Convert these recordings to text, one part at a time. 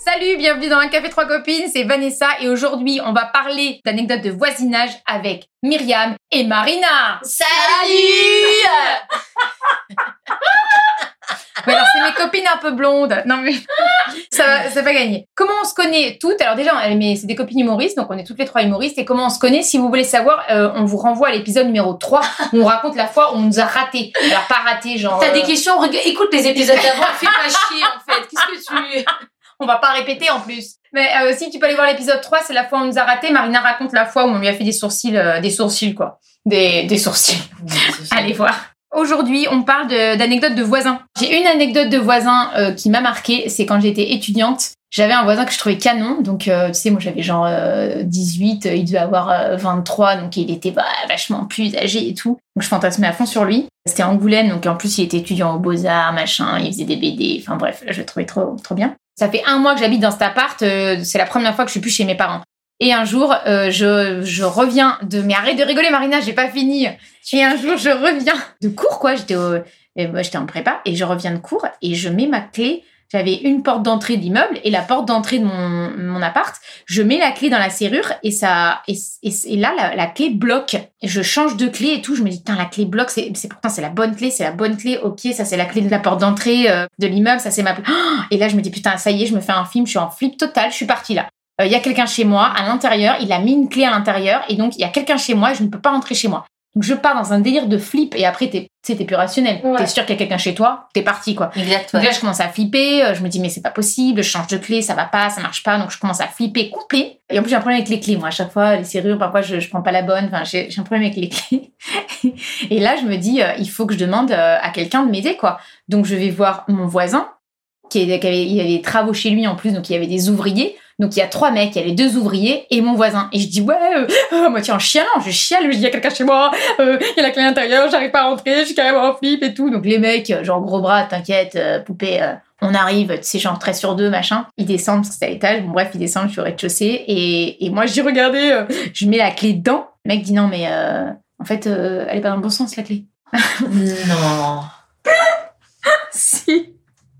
Salut, bienvenue dans Un Café Trois Copines, c'est Vanessa et aujourd'hui on va parler d'anecdotes de voisinage avec Myriam et Marina. Salut Mais alors c'est mes copines un peu blondes, non mais ça va, ça va gagner. Comment on se connaît toutes Alors déjà, on- mais c'est des copines humoristes, donc on est toutes les trois humoristes et comment on se connaît Si vous voulez savoir, euh, on vous renvoie à l'épisode numéro 3 où on raconte la fois où on nous a raté. Alors pas raté genre... T'as des euh, questions Reg- Écoute les épisodes d'avant, fais pas chier en fait. Qu'est-ce que tu... On va pas répéter en plus. Mais euh, si tu peux aller voir l'épisode 3, c'est la fois où on nous a raté. Marina raconte la fois où on lui a fait des sourcils, euh, des sourcils quoi. Des, des sourcils. Allez voir. Aujourd'hui, on parle de- d'anecdotes de, voisins. J'ai une anecdote de voisin euh, qui m'a marquée, c'est quand j'étais étudiante. J'avais un voisin que je trouvais canon, donc euh, tu sais, moi j'avais genre euh, 18, euh, il devait avoir euh, 23, donc il était bah, vachement plus âgé et tout. Donc je fantasmais à fond sur lui. C'était à Angoulême, donc en plus il était étudiant aux beaux-arts, machin, il faisait des BD, enfin bref, je le trouvais trop, trop bien. Ça fait un mois que j'habite dans cet appart, euh, c'est la première fois que je suis plus chez mes parents. Et un jour, euh, je, je reviens de... Mais arrête de rigoler Marina, j'ai pas fini et un jour, je reviens de cours, quoi. J'étais au- et moi, j'étais en prépa et je reviens de cours et je mets ma clé. J'avais une porte d'entrée d'immeuble et la porte d'entrée de mon, mon appart. Je mets la clé dans la serrure et ça et, et- et là la, la clé bloque. Je change de clé et tout. Je me dis putain la clé bloque. C'est c'est- pourtant c'est la bonne clé, c'est la bonne clé. Ok ça c'est la clé de la porte d'entrée euh, de l'immeuble. Ça c'est ma. Ah Et là je me dis putain ça y est je me fais un film. Je suis en flip total. Je suis partie là. Euh, Il y a quelqu'un chez moi à l'intérieur. Il a mis une clé à l'intérieur et donc il y a quelqu'un chez moi. et Je ne peux pas rentrer chez moi. Donc je pars dans un délire de flip et après t'es- tu sais, t'es plus rationnel. Ouais. T'es sûr qu'il y a quelqu'un chez toi, t'es parti quoi. Exact, Donc là, je commence à flipper. euh, Je me dis, mais c'est pas possible. Je change de clé, ça va pas, ça marche pas. Donc, je commence à flipper complet. Et en plus, j'ai un problème avec les clés. Moi, à chaque fois, les serrures, parfois, je, je prends pas la bonne. Enfin, j'ai j'ai un problème avec les clés. Et là, je me dis, euh, il faut que je demande euh, à quelqu'un de m'aider, quoi. Donc, je vais voir mon voisin, qui, est- qui avait, il y avait des travaux chez lui en plus. Donc, il y avait des ouvriers. Donc, il y a trois mecs, il y avait deux ouvriers et mon voisin. Et je dis, ouais, euh, euh, moi, tu es en chialant, je chiale, je dis, il y a quelqu'un chez moi, euh, il y a la clé à l'intérieur, j'arrive pas à rentrer, je suis carrément en flip et tout. Donc les mecs, euh, genre gros bras, t'inquiète, euh, poupée, euh, on arrive, tu sais, genre 13 sur 2, machin. Ils descendent parce que c'est à l'étage, bon bref, ils descendent, je suis au rez-de-chaussée. Et, et moi, je dis, regardez, euh, je mets la clé dedans. Le mec dit, non, mais euh, en fait, euh, elle est pas dans le bon sens, la clé. Non. si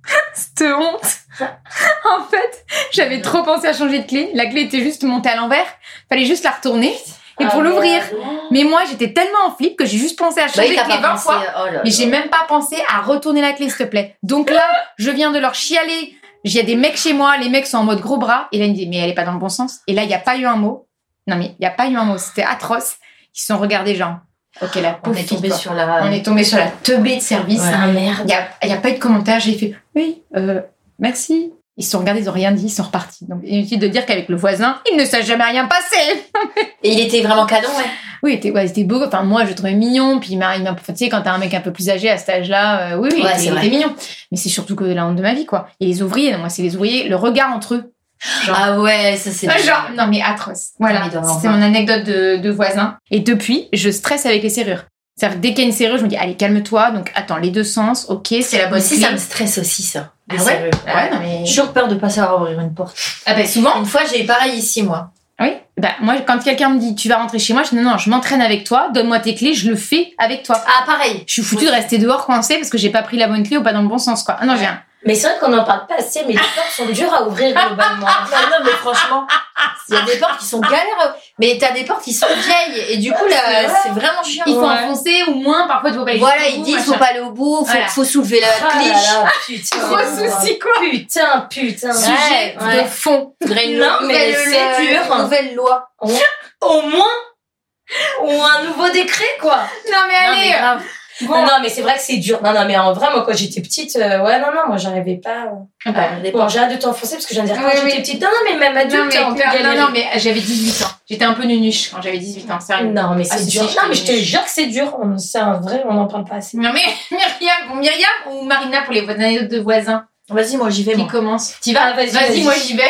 cette honte en fait j'avais trop pensé à changer de clé la clé était juste montée à l'envers fallait juste la retourner et Ah, pour l'ouvrir mais moi j'étais tellement en flip que j'ai juste pensé à Bah, changer il de t'a clé Bah pas 20 pensé. fois Oh là là. mais j'ai même pas pensé à retourner la clé s'il te plaît donc là je viens de leur chialer il y a des mecs chez moi les mecs sont en mode gros bras et là ils me disent mais elle est pas dans le bon sens et là il n'y a pas eu un mot non mais il n'y a pas eu un mot c'était atroce ils se sont regardés genre ok la On pauvre est fille, tombé quoi. sur la... on est tombé sur la teubée de service Ouais. Ah merde. il n'y a, y a pas eu de commentaire. J'ai fait oui, euh, merci. Ils se sont regardés, ils n'ont rien dit, ils sont repartis. Donc inutile de dire qu'avec le voisin, il ne s'est jamais rien passé. Et il était vraiment canon, ouais. Oui, c'était ouais, c'était beau. Enfin, moi, je le trouvais mignon. Puis il m'a, il m'a- tu sais, quand t'as un mec un peu plus âgé à cet âge-là, euh, oui, oui, Ouais, il c'est était vrai. mignon. Mais c'est surtout que la honte de ma vie, quoi. Et les ouvriers, moi, c'est les ouvriers, le regard entre eux. Ah ouais, ça c'est... Ah, genre, non mais atroce. Ah, Voilà, mais il doit en c'est avoir. mon anecdote de, de voisin. Et depuis, je stresse avec les serrures. C'est-à-dire que dès qu'il y a une serrure, je me dis, allez, calme-toi. Donc, attends, les deux sens, ok, c'est la bonne Si, clé. ça me stresse Ah, aussi, ça. Ah Les ouais serrures. Ah ouais, non, mais... J'ai toujours peur de pas savoir ouvrir une porte. Ah ben, souvent, Une fois, j'ai eu pareil ici, moi. Oui, bah moi quand quelqu'un me dit tu vas rentrer chez moi, je dis non non, je m'entraîne avec toi, donne-moi tes clés, je le fais avec toi. Ah, pareil. Je suis foutue de rester dehors coincée parce que j'ai pas pris la bonne clé ou pas dans le bon sens quoi. Ah non, j'ai un. Mais c'est vrai qu'on n'en parle pas assez, mais les portes sont dures à ouvrir globalement. Non, non, mais franchement, il y a des portes qui sont galères. à- Mais t'as des portes qui sont vieilles. Et du coup, C'est là, vrai. c'est vraiment chiant. Il faut Ouais. enfoncer ou moins, parfois tu vois pas les Voilà, jusqu'au ils bout, disent faut machin. pas aller au bout, faut, Voilà. faut soulever la Ah cliche. là là, putain. Gros souci quoi. Putain, putain. Sujet ouais. de fond. Non, mais Nouvelle- c'est euh, dur. Nouvelle loi. Au moins, ou un nouveau décret, quoi. Non mais Non, mais allez. grave. bon. Non, non, mais c'est vrai que c'est dur. Non, non, mais en vrai, moi, quand j'étais petite, euh, ouais, non, non, moi, j'arrivais pas. euh. Ah, les Bon, portes. j'ai hâte de t'enfoncer parce que je viens de dire quand Oui, j'étais oui. petite. Non, non, mais même Non, adulte, mais, on peut clair, non, galérer. non, mais euh, j'avais 18 ans. J'étais un peu nunuche quand j'avais 18 ans, sérieux. Non, mais c'est Ah, si, dur. si, non, mais je te je- jure que c'est dur. On- C'est un vrai, on n'en parle pas assez. Non mais Myriam, bon, Myriam ou Marina pour les anecdotes de voisins Vas-y, moi j'y vais. qui Moi. commencent. T'y vas Ah, vas-y, Vas-y, vas-y. moi j'y vais.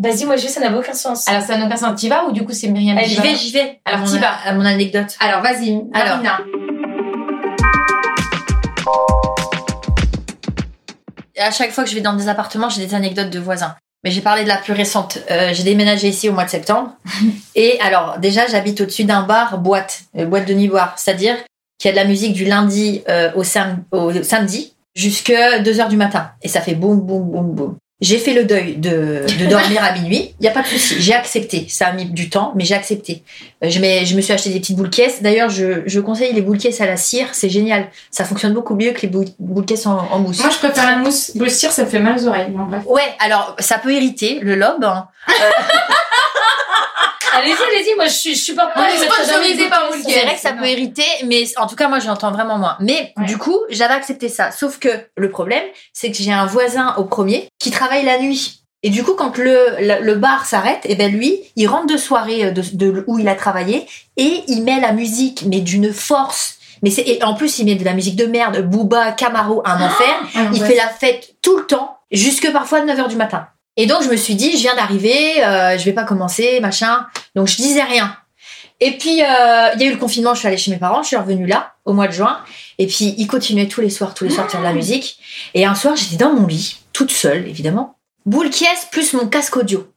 Vas-y, moi, je vais, ça n'a aucun sens. Alors ça n'a aucun sens. T'y vas ou du coup c'est Myriam Allez, qui j'y va vais, j'y vais. Alors, À t'y mon- vas. À mon anecdote. Alors vas-y, Alors. Marina. À chaque fois que je vais dans des appartements, j'ai des anecdotes de voisins. Mais j'ai parlé de la plus récente. Euh, j'ai déménagé ici au mois de septembre. Et alors, déjà, j'habite au-dessus d'un bar boîte, euh, boîte de nuit boire. C'est-à-dire qu'il y a de la musique du lundi euh, au, sam- au samedi jusqu'à 2 heures du matin. Et ça fait boum, boum, boum, boum. J'ai fait le deuil de, de dormir à minuit. Il n'y a pas de souci. J'ai accepté. Ça a mis du temps, mais j'ai accepté. Euh, Je, mets- je me suis acheté des petites boules caisses. D'ailleurs, je, je conseille les boules caisses à la cire. C'est génial. Ça fonctionne beaucoup mieux que les boules, boules caisses en, en mousse. Moi, je préfère la mousse. Le cire, ça me fait mal aux oreilles. mais en bref. Ouais, alors ça peut irriter le lobe. hein. Allez-y, allez-y, moi je suis, je Ah, supporte On pas. est les messages sponsorisé amis. par Woolworths. C'est vrai que ça Non. peut irriter, mais en tout cas, moi, j'entends vraiment moins. Mais Ouais. du coup, j'avais accepté ça. Sauf que le problème, c'est que j'ai un voisin au premier qui travaille la nuit. Et du coup, quand le, le, le bar s'arrête, et ben lui, il rentre de soirée euh, de, de- où il a travaillé et il met la musique, mais d'une force. Mais c'est et en plus, il met de la musique de merde, Booba, Camaro, un enfer. Ah, Il ouais. fait la fête tout le temps, jusque parfois 9h du matin. Et donc, je me suis dit, je viens d'arriver, euh, je vais pas commencer, machin. Donc, je disais rien. Et puis, euh, il y a eu le confinement, je suis allée chez mes parents, je suis revenue là, au mois de juin. Et puis, ils continuaient tous les soirs, tous les soirs, de faire de Ah. la musique. Et un soir, j'étais dans mon lit, toute seule, évidemment. Boule qui est plus mon casque audio.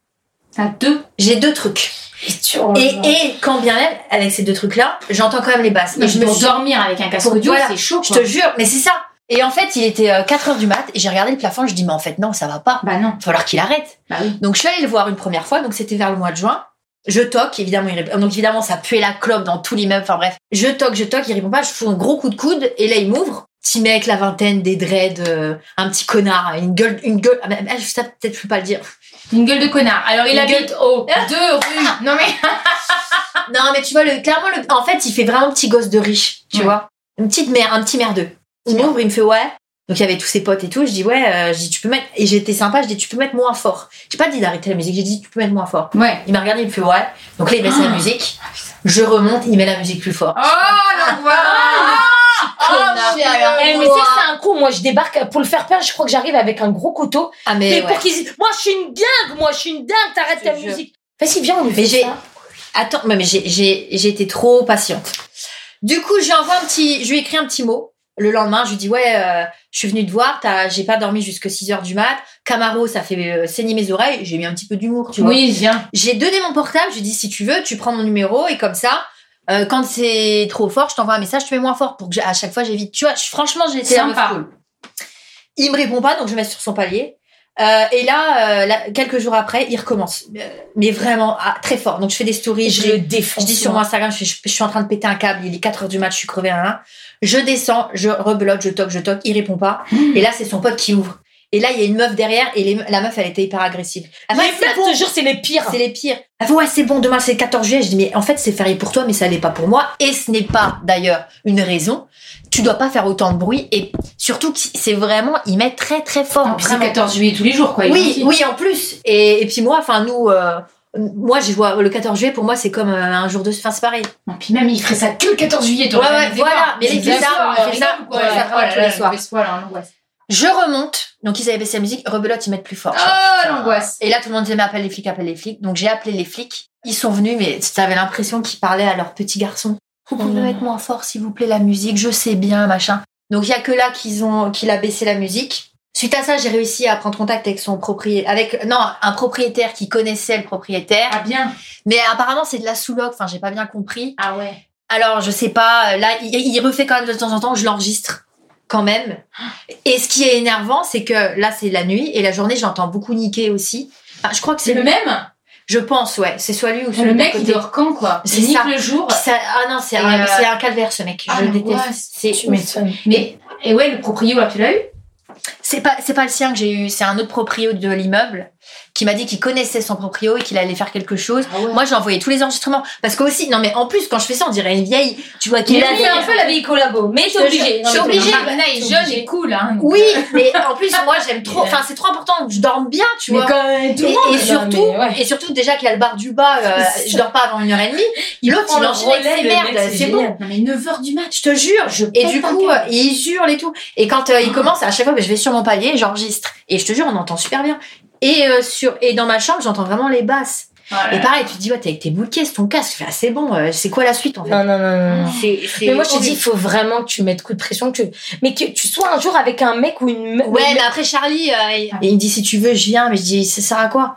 T'as deux. J'ai deux trucs. Et tu- oh, Et, non. et quand bien même, avec ces deux trucs-là, j'entends quand même les basses. Et Mais je me pour suis- dormir avec un casque Pour- audio, voilà. c'est chaud. je Quoi. te jure, mais c'est ça. Et en fait, il était 4h du mat, et j'ai regardé le plafond, je dis, mais en fait, non, ça va pas Bah non. va falloir qu'il arrête. Bah oui. Donc je suis allée le voir une première fois, donc c'était vers le mois de juin. Je toque, évidemment, il répond. Donc évidemment, ça puait la clope dans tout l'immeuble. Enfin bref, je toque, je toque, il répond pas. Je fous un gros coup de coude et là il m'ouvre. Petit mec, la vingtaine, des dreads, euh, un petit connard, une gueule, une gueule. Ah, mais, ah, ça peut-être je peux pas le dire. Une gueule de connard. Alors, il Une Ah. habite au deux rues. Non mais. Non, mais tu vois, le, clairement, le, en fait, il fait vraiment petit gosse de riche, tu Ouais. vois. Une petite mère, un petit merdeux. Il m'ouvre, il me fait ouais. Donc il y avait tous ses potes et tout. Je dis ouais, euh, je dis tu peux mettre. Et j'étais sympa, je dis tu peux mettre moins fort. J'ai pas dit d'arrêter la musique, j'ai dit tu peux mettre moins fort. Ouais. Il m'a regardé, il me fait ouais. Donc là, il met Ah, sa musique. Je remonte, il met la musique plus fort. Oh, Ah. l'angoisse. Connard. Ah, Eh, mais tu sais, c'est un coup. Moi, je débarque pour le faire peur. Je crois que j'arrive avec un gros couteau. Ah, Mais mais, ouais. pour qu'ils disent, moi, je suis une dingue, moi, je suis une dingue. T'arrêtes Je ta te jure. musique. Vas-y, viens, on lui Mais fait j'ai- ça. Attends, mais mais j'ai- j'ai j'ai été trop patiente. Du coup, je lui envoie un petit, je lui écris un petit mot. Le lendemain, je lui dis ouais, euh, je suis venue te voir, t'as- j'ai pas dormi jusque 6 heures du mat. Camaro, ça fait euh, saigner mes oreilles. J'ai mis un petit peu d'humour, tu vois. Oui, viens. J'ai donné mon portable, je lui ai dit si tu veux, tu prends mon numéro et comme ça, euh, quand c'est trop fort, je t'envoie un message, tu mets moins fort pour que j'ai- à chaque fois j'évite. Tu vois, je- franchement, j'ai été un peu Sympa. cool. Il me répond pas, donc je mets sur son palier. Euh, et là, euh, là, quelques jours après, il recommence. Euh, Mais vraiment ah, très fort. Donc je fais des stories, Et je, je le défonce. je dis sur mon moi. Instagram, je, fais, je- je suis en train de péter un câble, il est 4 heures du mat, je suis crevée à un. Je descends, je rebelote, je toque, je toque, il répond pas. Hmm. Et là, c'est son pote qui ouvre. Et là, il y a une meuf derrière et les- la meuf, elle était hyper agressive. Elle fait, Les C'est meufs, je te jure, c'est les pires. c'est les pires. Elle fait, ouais, c'est bon, demain c'est le 14 juillet. Je dis, mais en fait, c'est férié pour toi, mais ça l'est pas pour moi. Et ce n'est pas, d'ailleurs, une raison. Tu dois pas faire autant de bruit. Et surtout, que c'est vraiment, il met très, très fort. En plus, c'est vraiment. 14 juillet tous les jours, quoi. Oui, oui, en plus. Et, et puis moi, enfin, nous, euh, moi, je vois le 14 juillet, pour moi, c'est comme euh, un jour de. Enfin, c'est pareil. Non, puis même, il ferait ça que le 14 juillet. Ouais, ouais, voilà. Mais les bizarre, bizarres, on fait ça, on fait ça tous les soirs. Je remonte. Donc, ils avaient baissé la musique. Rebelote, ils mettent plus fort. Oh, l'angoisse. Et là, tout le monde disait, mais appelle les flics, appelle les flics. Donc, j'ai appelé les flics. Ils sont venus, mais t'avais l'impression qu'ils parlaient à leur petit garçon. Vous pouvez Mm. mettre moins fort, s'il vous plaît, la musique. Je sais bien, machin. Donc, il y a que là qu'ils ont, qu'il a baissé la musique. Suite à ça, j'ai réussi à prendre contact avec son propriétaire, avec, non, un propriétaire qui connaissait le propriétaire. Ah, bien. Mais apparemment, c'est de la sous-log. Enfin, j'ai pas bien compris. Ah, ouais. Alors, je sais pas. Là, il, il refait quand même de temps en temps. Je l'enregistre quand même. Et ce qui est énervant, c'est que là, c'est la nuit et la journée, j'entends beaucoup niquer aussi. Enfin, je crois que c'est C'est le même je pense, ouais. C'est soit lui ou celui Le d'à mec, il côté. dort quand, quoi C'est Il nique ça. le jour. Ça- ah non, c'est Et, un, euh, c'est un calvaire ce mec. Ah, je le l'angoisse. déteste. C'est Tu m'étonnes. Mais, et ouais, le proprio, là, tu l'as eu c'est pas c'est pas le sien que j'ai eu. C'est un autre proprio de l'immeuble qui m'a dit qu'il connaissait son proprio et qu'il allait faire quelque chose. Ah, ouais. Moi, j'ai envoyé tous les enregistrements parce que aussi, non mais en plus, quand je fais ça, on dirait une vieille. Tu vois Mais qu'il oui, un peu la vieille collabo. Mais t'es te obligée. jure, je Non, suis mais t'es obligée. Marina Bah, est t'es jeune obligée. et cool, hein. donc, Oui, euh, mais en plus, moi, j'aime trop. Enfin, c'est trop important que je dorme bien, tu euh, Mais vois. quand tout Et, le monde. et surtout, Non, mais ouais. et surtout, déjà qu'il y a le bar du bas, euh, C'est je dors pas avant une heure et demie. L'autre, prend il le enchaîne avec relais, ses le mec, merdes. c'est C'est génial. bon. Non, mais 9h du match. Je te jure. Je Et pète du un coup, câble. euh, ils hurlent et tout. Et quand euh, ils commencent, à chaque fois, bah, je vais sur mon palier, j'enregistre. Et je te jure, on entend super bien. Et, euh, sur, et dans ma chambre, j'entends vraiment les basses. Voilà. Et pareil, tu te dis, ouais, t'es avec tes boules de caisse, ton casque, Tu fais, ah, c'est bon, euh, c'est quoi la suite en fait Non, non, non, non. C'est- c'est Mais moi, je te dis, horrible. il faut vraiment que tu mettes coup de pression, que tu... mais que tu sois un jour avec un mec ou une meuf. Ouais, mais après Charlie, euh, il- il me dit si tu veux, je viens, mais je dis ça sert à quoi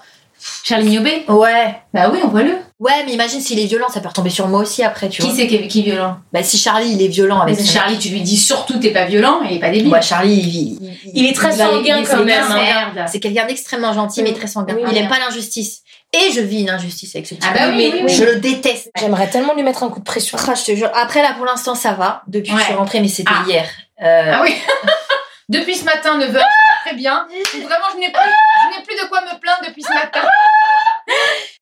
Charlie Niobé Ouais. Bah oui, on voit le. Ouais, mais imagine s'il est violent, ça peut retomber sur moi aussi après, tu Qui vois. c'est qui, qui est violent Bah si Charlie, il est violent avec Mais son- Charlie, tu lui dis surtout t'es pas violent et pas débile. Ouais, Charlie, il, Il est très il va- sanguin il est quand même, sanguin. hein. Merde. C'est quelqu'un d'extrêmement gentil, Oui. mais très sanguin. Oui, il oui. aime pas l'injustice. Et je vis une injustice avec ce type. Ah bah oui, oui, oui. Je le déteste. J'aimerais tellement lui mettre un coup de pression. Ah, je te jure. Après, là, pour l'instant, ça va. Depuis que je suis Ouais. rentrée, mais c'était Ah. hier. Euh, Ah oui Depuis ce matin, 9h, ça va très bien. Donc Vraiment, je n'ai plus, je n'ai plus de quoi me plaindre depuis ce matin.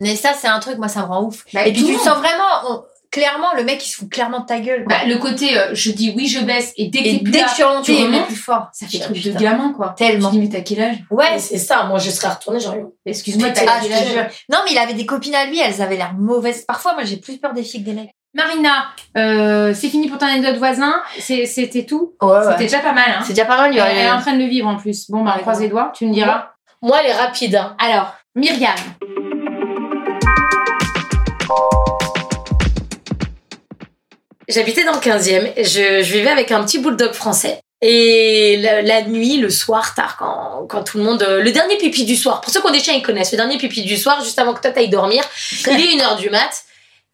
Mais ça, c'est un truc, moi, ça me rend ouf. Bah, Et puis, tout tu le sens vraiment, on- clairement, le mec, il se fout clairement de ta gueule. quoi. Bah, le côté euh, je dis oui, je baisse et dès que Et t'es plus dès là, que je suis remontée, il est remontes. plus fort. ça fait Putain, truc de putain. gamin quoi. Je Tellement. dis mais t'as quel âge Ouais. Mais c'est ça, moi je serais retournée, j'aurais eu- Excuse-moi, Putain, t'as Ah, je quel te âge jure. Non, mais il avait des copines à lui, elles avaient l'air mauvaises. Parfois, moi, j'ai plus peur des filles que des mecs. Marina, euh, c'est fini pour ton anecdote voisin. C'est- C'était tout. Ouais, C'était déjà pas mal. Hein. C'est déjà pas mal, lui. Elle elle est en ouais. train de le vivre en plus. Bon, bah, on croise les doigts, tu me diras. Moi, elle est rapide. hein. Alors, Myriam. J'habitais dans le 15e, je, je vivais avec un petit bulldog français. Et la, la nuit, le soir, tard, quand, quand tout le monde. euh, Le dernier pipi du soir, pour ceux qui ont des chiens, ils connaissent, le dernier pipi du soir, juste avant que toi t'ailles dormir, il est 1h du mat.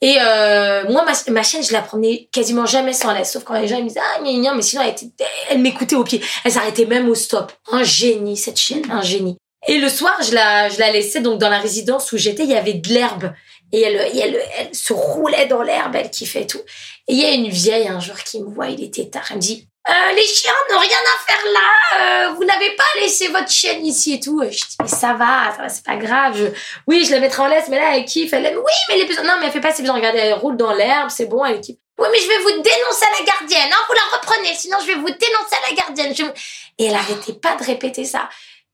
Et euh, moi, ma, ma chienne, je la promenais quasiment jamais sans laisse, sauf quand les gens ils me disaient Ah, gna, gna, gna mais sinon, elle, était- elle m'écoutait au pied. Elle s'arrêtait même au stop. Un génie, cette chienne, un génie. Et le soir, je la, je la laissais donc dans la résidence où j'étais, il y avait de l'herbe. Et elle, et elle, elle se roulait dans l'herbe, elle kiffait et tout. Et il y a une vieille un jour qui me voit, il était tard, elle me dit Euh, Les chiens n'ont rien à faire là, euh, vous n'avez pas laissé votre chienne ici et tout. Et je dis Mais ça va, ça va, c'est pas grave. Je- Oui, je la mettrai en laisse, mais là elle kiffe. Elle aime, Oui, mais les besoins. Non, mais elle fait pas ses besoins. Regardez, elle roule dans l'herbe, c'est bon, elle kiffe. Oui, mais je vais vous dénoncer à la gardienne, hein, vous la reprenez, sinon je vais vous dénoncer à la gardienne. Je- Et elle arrêtait pas de répéter ça.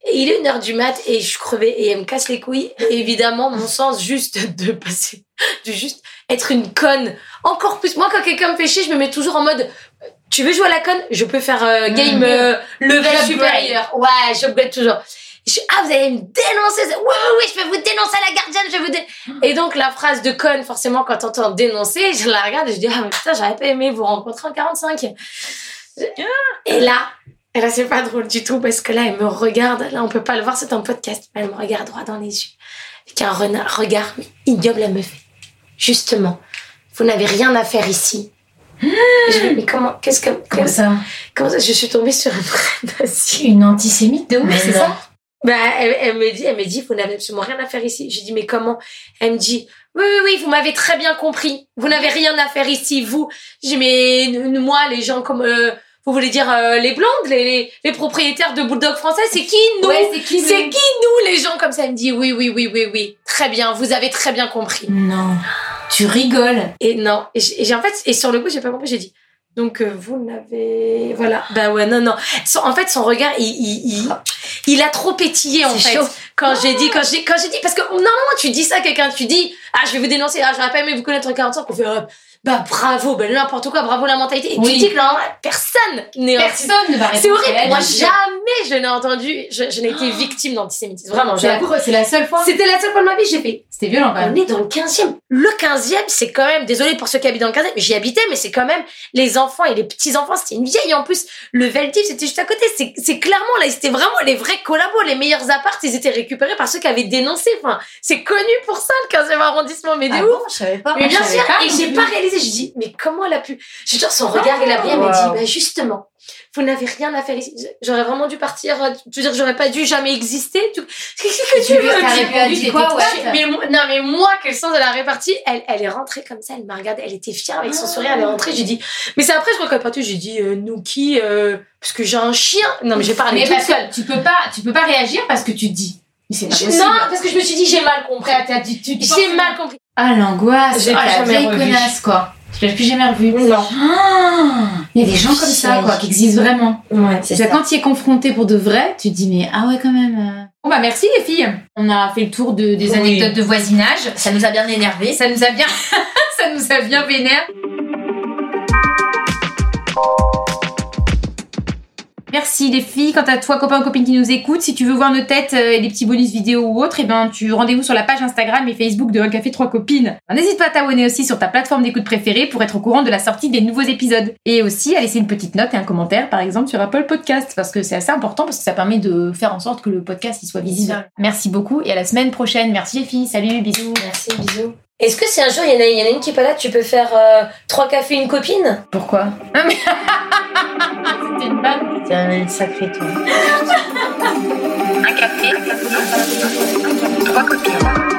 Et il est une heure du mat et je suis crevée et elle me casse les couilles. Et évidemment, mon sens juste de passer, de juste être une conne encore plus. Moi, quand quelqu'un me fait chier, je me mets toujours en mode Tu veux jouer à la conne Je peux faire euh, game euh, level J'upgrade. supérieur. Ouais, j'upgrade toujours. Je suis, ah, vous allez me dénoncer. Oui, oui, oui, je vais vous dénoncer à la gardienne. Je vais vous dé- Et donc, la phrase de conne, forcément, quand t'entends dénoncer, je la regarde et je dis Ah, mais putain, j'aurais pas aimé vous rencontrer en 45. Et là, et là, c'est pas drôle du tout parce que là, elle me regarde. Là, on peut pas le voir, c'est un podcast. mais Elle me regarde droit dans les yeux avec un renard- regard mais ignoble. Elle me fait Justement, vous n'avez rien à faire ici. Et je me dis, mais comment Qu'est-ce que. Comme que- ça. comment ça Je suis tombée sur un prédacier. Une antisémite de ouf, c'est non. ça Bah, elle, elle me dit, elle me dit, vous n'avez absolument rien à faire ici. J'ai dit, mais comment Elle me dit, oui, oui, oui, vous m'avez très bien compris. Vous n'avez rien à faire ici, vous. J'ai dit, mais n- moi, les gens comme, euh, vous voulez dire euh, les blondes, les, les, les propriétaires de Bulldog français, c'est qui nous Ouais, c'est qui C'est qui nous, les gens comme ça Elle me dit, oui, oui, oui, oui, oui, très bien. Vous avez très bien compris. Non. Tu rigoles. Et non, et j'ai et j'ai- en fait, et sur le coup, j'ai pas compris, j'ai dit. Donc euh, vous n'avez voilà bah ouais non non Son- en fait son regard il il, il, il a trop pétillé en C'est fait chaud. quand j'ai dit quand j'ai quand j'ai dit parce que normalement tu dis ça à quelqu'un tu dis ah je vais vous dénoncer ah j'aurais pas aimé vous connaître en 45 qu'on fait ah, bah bravo bah n'importe quoi bravo la mentalité et Oui. tu dis que normalement, personne n'est Personne ne va répondre. c'est horrible Elle, moi bien sûr. jamais je n'ai entendu je, je n'ai été victime d'antisémitisme vraiment C'est j'ai- la pre- C'est la seule fois. c'était la seule fois de ma vie j'ai fait C'était violent quand on même. est dans le 15e. Le 15e, c'est quand même, désolé pour ceux qui habitent dans le 15e, j'y habitais, mais c'est quand même les enfants et les petits-enfants. C'était une vieille en plus. Le Veldiv, c'était juste à côté. C'est- C'est clairement, là, c'était vraiment les vrais collabos. Les meilleurs apparts, ils étaient récupérés par ceux qui avaient dénoncé. Enfin, c'est connu pour ça, le 15e arrondissement, mais de Ah ouf. bon, je savais pas. Mais bien savais sûr, pas et non j'ai plus. pas réalisé. Je dis, mais comment elle a pu Je genre son regard, il a pris, elle me Wow. dit, bah justement, vous n'avez rien à faire ici. J'aurais vraiment dû partir. euh, Tu veux dire, j'aurais pas dû jamais exister. tu- Qu'est-ce que tu Tu veux lui as tu- répondu, tu- t'étais quoi, ouais. pote. Mais moi- non, mais moi, quel sens de la répartie elle, elle est rentrée comme ça, elle m'a regardée, elle était fière avec son sourire, elle est rentrée. J'ai dit, mais c'est après, je crois qu'elle est partie. J'ai dit, euh, Nuki, euh, parce que j'ai un chien. Non, mais j'ai parlé Mais toute parce seule. que tu peux pas, tu peux pas réagir parce que tu dis. Mais c'est pas Je- possible. Non, parce que je me suis dit, j'ai mal compris. T'as- t'as dit- tu- tu J'ai penses- mal compris. Ah l'angoisse. J'ai Ah plus la jamais vieille revu. connasse quoi. Je l'ai plus jamais revue. Non. Ah Il y a des gens comme ça quoi qui existent vraiment. Ouais. Parce C'est que ça. quand tu y es confronté pour de vrai, tu te dis mais ah ouais quand même. euh. Bon bah merci les filles. On a fait le tour de- des Oui. anecdotes de voisinage. Ça nous a bien énervé. Ça nous a bien, ça nous a bien vénère. Merci les filles. Quant à toi, copain ou copine qui nous écoute, si tu veux voir nos têtes euh, et des petits bonus vidéo ou autres, eh ben, tu rendez-vous sur la page Instagram et Facebook de Un Café 3 Copines. Alors, N'hésite pas à t'abonner aussi sur ta plateforme d'écoute préférée pour être au courant de la sortie des nouveaux épisodes. Et aussi à laisser une petite note et un commentaire, par exemple, sur Apple Podcast, parce que c'est assez important, parce que ça permet de faire en sorte que le podcast il soit visible. Merci beaucoup et à la semaine prochaine. Merci les filles. Salut, bisous. Merci, bisous. Est-ce que si un jour il y, en a- il y en a une qui est pas là, tu peux faire euh, trois cafés, une copine Pourquoi C'était une balle. T'es un sacré toi. Un café, trois copines.